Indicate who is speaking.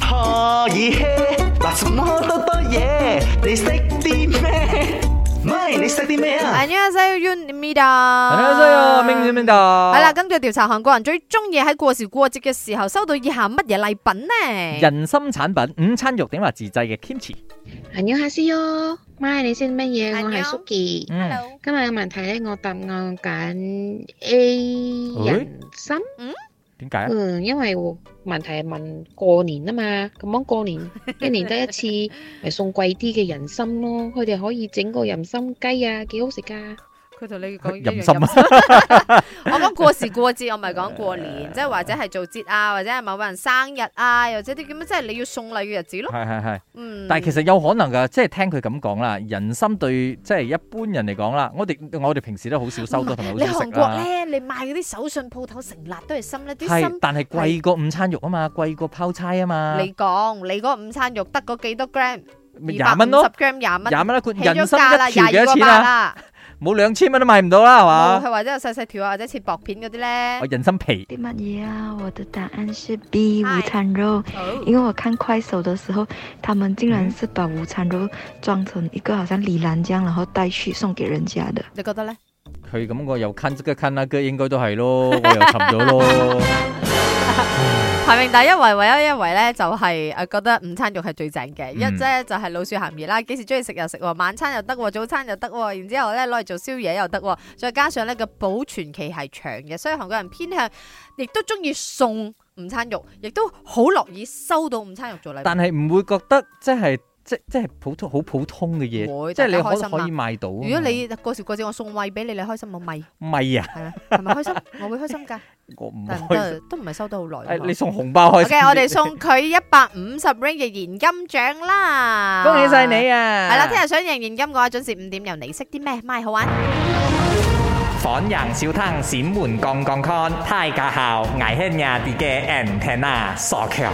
Speaker 1: 可以嘿，嗱什麼多多嘢，你識啲咩？咪你識啲咩啊？
Speaker 2: 안녕하세요윤입니다
Speaker 3: 안녕하세요, 민지입니다.
Speaker 2: 係啦，今日調查韓國人最中意喺過時過節嘅時候收到以下乜嘢禮品呢？
Speaker 3: 人參產品午餐肉定話自製嘅 kimchi。
Speaker 4: 朋友下先哟，媽，你識乜嘢？我係
Speaker 2: Hello
Speaker 4: Suki。
Speaker 3: 嗯，
Speaker 4: 今日嘅問題咧，我答案揀 A 人參。
Speaker 3: 點解啊？
Speaker 4: 嗯，因為問題係問過年啊嘛，咁樣過 年一年得一次，咪送貴啲嘅人參咯。佢哋可以整個人參雞啊，幾好食噶。
Speaker 2: 佢同你講一樣
Speaker 3: 人參
Speaker 2: 任
Speaker 3: 啊，
Speaker 2: 我 講過時過節，我唔係講過年，即係或者係做節啊，或者係某個人生日啊，又或者啲咁樣，即係你要送禮嘅日子咯。
Speaker 3: 係係係。
Speaker 2: 嗯，
Speaker 3: 但係其實有可能㗎，即係聽佢咁講啦，人參對即係一般人嚟講啦，我哋我哋平時都好少收到同埋
Speaker 2: 你
Speaker 3: 好少食啊
Speaker 2: 韓國
Speaker 3: 啦。
Speaker 2: 咧，你買嗰啲手信鋪頭成辣都係心咧，啲
Speaker 3: 係
Speaker 2: 心，。
Speaker 3: 但係貴過午餐肉啊嘛，貴過泡菜啊嘛，
Speaker 2: 你講你嗰午餐肉得嗰幾多 gram？
Speaker 3: 咪廿蚊咯
Speaker 2: 十，gram 廿蚊，
Speaker 3: 廿蚊一罐，
Speaker 2: 起
Speaker 3: 人
Speaker 2: 咗價啦，
Speaker 3: 參一條幾
Speaker 2: 廿二個
Speaker 3: 多錢
Speaker 2: 八
Speaker 3: 啊？
Speaker 2: 啦。
Speaker 3: 冇兩千蚊都買唔到啦，係
Speaker 2: 冇，
Speaker 3: 嘛？
Speaker 2: 佢或者有細細條啊，或者切薄片嗰啲咧
Speaker 3: 我。人參皮，
Speaker 5: 啲乜嘢啊？我的答案是 B
Speaker 2: 嗨
Speaker 5: 午餐肉，因
Speaker 2: 哦
Speaker 5: 为我看快手的时候，他们竟然
Speaker 3: 嗯
Speaker 5: 是把午餐肉装成一个好像李兰这样，然后带去送给人家的。
Speaker 2: 你覺得咧？
Speaker 3: 佢咁我又坑即刻坑啦，哥應該都係咯，我又沉咗咯。
Speaker 2: 排名第一位，唯一一位咧就係誒覺得午餐肉係最正嘅，一啫就係老鼠鹹魚啦，幾時中意食又食喎，晚餐又得喎，早餐又得喎，然之後咧攞嚟做宵夜又得喎，再加上咧個保存期係長嘅，所以韓國人偏向亦都中意送午餐肉，亦都好樂意收到午餐肉做禮
Speaker 3: 但
Speaker 2: 物。
Speaker 3: 係唔會覺得即係即即係普通好普通嘅嘢，
Speaker 2: 會
Speaker 3: 即係你
Speaker 2: 大家開
Speaker 3: 可
Speaker 2: 心嘛
Speaker 3: 可以買到啊嘛。
Speaker 2: 如果你過時過節我送米俾你，你開心冇米
Speaker 3: 咪啊，
Speaker 2: 係啦，係咪開 心？我會開心㗎，
Speaker 3: 我唔
Speaker 2: 但
Speaker 3: 開心。
Speaker 2: 都都唔係收得好耐
Speaker 3: 哎
Speaker 2: 喎。
Speaker 3: 你送紅包開
Speaker 2: OK，
Speaker 3: 心啲
Speaker 2: 我哋送佢一百五十 ring 嘅現金獎啦！
Speaker 3: 恭喜晒你啊！
Speaker 2: 係啦，聽日想贏現金嘅話，準時五點由你識啲咩？咪好玩。
Speaker 6: 房人小湯閃門降降 con，太駕校危險廿啲嘅 antenna 傻強。